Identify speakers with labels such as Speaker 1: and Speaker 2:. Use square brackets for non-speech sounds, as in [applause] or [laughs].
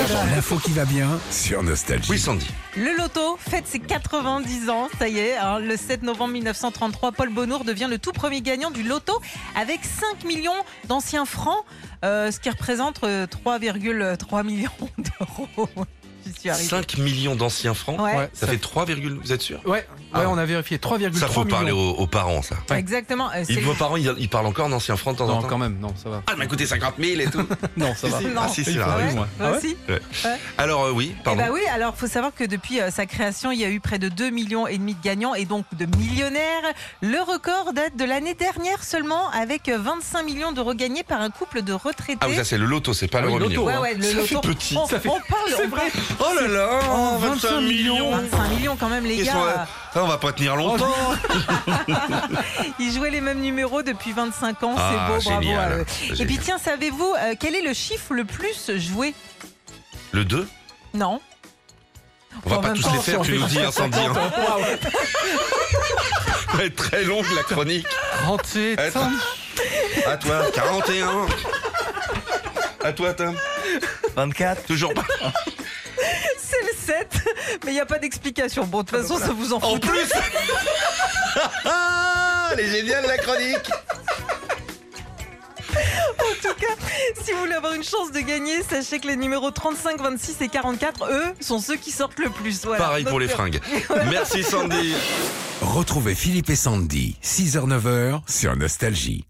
Speaker 1: Exactement.
Speaker 2: L'info qui va bien sur Nostalgie.
Speaker 1: Oui, Sandy.
Speaker 3: Le loto fête ses 90 ans, ça y est. hein. le 7 novembre 1933, Paul Bonnour devient le tout premier gagnant du loto avec 5 millions d'anciens francs, euh, ce qui représente euh, 3,3 millions [laughs] d'euros. J'y suis arrivée.
Speaker 1: 5 millions d'anciens francs.
Speaker 3: Ouais,
Speaker 4: Ouais,
Speaker 1: Ça fait 3, vous êtes sûr
Speaker 4: Ouais, ouais,
Speaker 1: Ah.
Speaker 4: on a vérifié. 3,3
Speaker 1: Ça, faut
Speaker 4: millions.
Speaker 1: parler aux, aux parents, ça.
Speaker 4: ouais.
Speaker 3: exactement. euh, c'est
Speaker 1: Ils,
Speaker 3: le-
Speaker 1: vos parents, ils, ils parlent encore en ancien franc de temps en
Speaker 4: Non,
Speaker 1: temps
Speaker 4: quand même, non, ça va.
Speaker 1: Ah, ça m'a coûté 50 000 et tout.
Speaker 4: Non, ça
Speaker 3: [laughs]
Speaker 4: va.
Speaker 3: Non.
Speaker 1: Ah, [laughs] si, si,
Speaker 4: Il
Speaker 1: là,
Speaker 4: faut-
Speaker 1: oui.
Speaker 4: oui,
Speaker 3: Moi
Speaker 4: moi. Ah ouais
Speaker 3: aussi.
Speaker 1: Alors, euh, oui,
Speaker 3: Eh
Speaker 1: pardon.
Speaker 3: ben oui, alors faut savoir que depuis euh, sa création, il y a eu près de 2 millions et demi de gagnants et donc de millionnaires. Le record date de l'année dernière seulement avec euh, 25 millions d'euros gagnés par un couple de retraités.
Speaker 1: Ah oui, ça c'est le loto, c'est pas
Speaker 4: Ah
Speaker 1: le
Speaker 4: oui,
Speaker 1: l'euro
Speaker 4: loto,
Speaker 1: million.
Speaker 3: Ouais, ouais, le
Speaker 1: ça
Speaker 3: loto. Oh,
Speaker 1: fait petit.
Speaker 3: On,
Speaker 4: ça fait-
Speaker 3: on parle, on parle-
Speaker 1: Oh là là,
Speaker 4: Oh, 25 millions.
Speaker 3: 25 millions Oh, quand même, les
Speaker 1: Qu'est-ce qu'on
Speaker 3: gars.
Speaker 1: va- Ah, on va pas tenir longtemps.
Speaker 3: Ils jouaient les mêmes numéros depuis 25 ans.
Speaker 1: Ah,
Speaker 3: C'est beau,
Speaker 1: génial.
Speaker 3: bravo à eux. Et
Speaker 1: Génial.
Speaker 3: puis tiens, savez-vous euh, quel est le chiffre le plus joué
Speaker 1: Le 2
Speaker 3: Non. [laughs]
Speaker 1: On va
Speaker 3: En
Speaker 1: pas
Speaker 3: même
Speaker 1: tous
Speaker 3: temps,
Speaker 1: les faire,
Speaker 4: si
Speaker 1: tu
Speaker 4: on
Speaker 1: nous
Speaker 4: fait
Speaker 1: dis, hein, Sandy. hein.
Speaker 4: Waouh.
Speaker 1: [laughs] Ça va être très longue la chronique.
Speaker 4: 37,
Speaker 1: Attends. À toi, 41. À toi, Tom.
Speaker 5: 24.
Speaker 1: Toujours pas.
Speaker 3: C'est le 7, mais il n'y a pas d'explication. Bon, de toute façon, ça vous en
Speaker 1: Ah, bah En
Speaker 3: fout.
Speaker 1: plus Ah, Elle est géniale la chronique
Speaker 3: En tout cas, si vous voulez avoir une chance de gagner, sachez que les numéros 35, 26 et 44, eux, sont ceux qui sortent le plus. Voilà.
Speaker 1: Pareil pour les
Speaker 3: Donc,
Speaker 1: fringues. Merci Sandy.
Speaker 2: Retrouvez Philippe et Sandy, 6h-9h sur Nostalgie.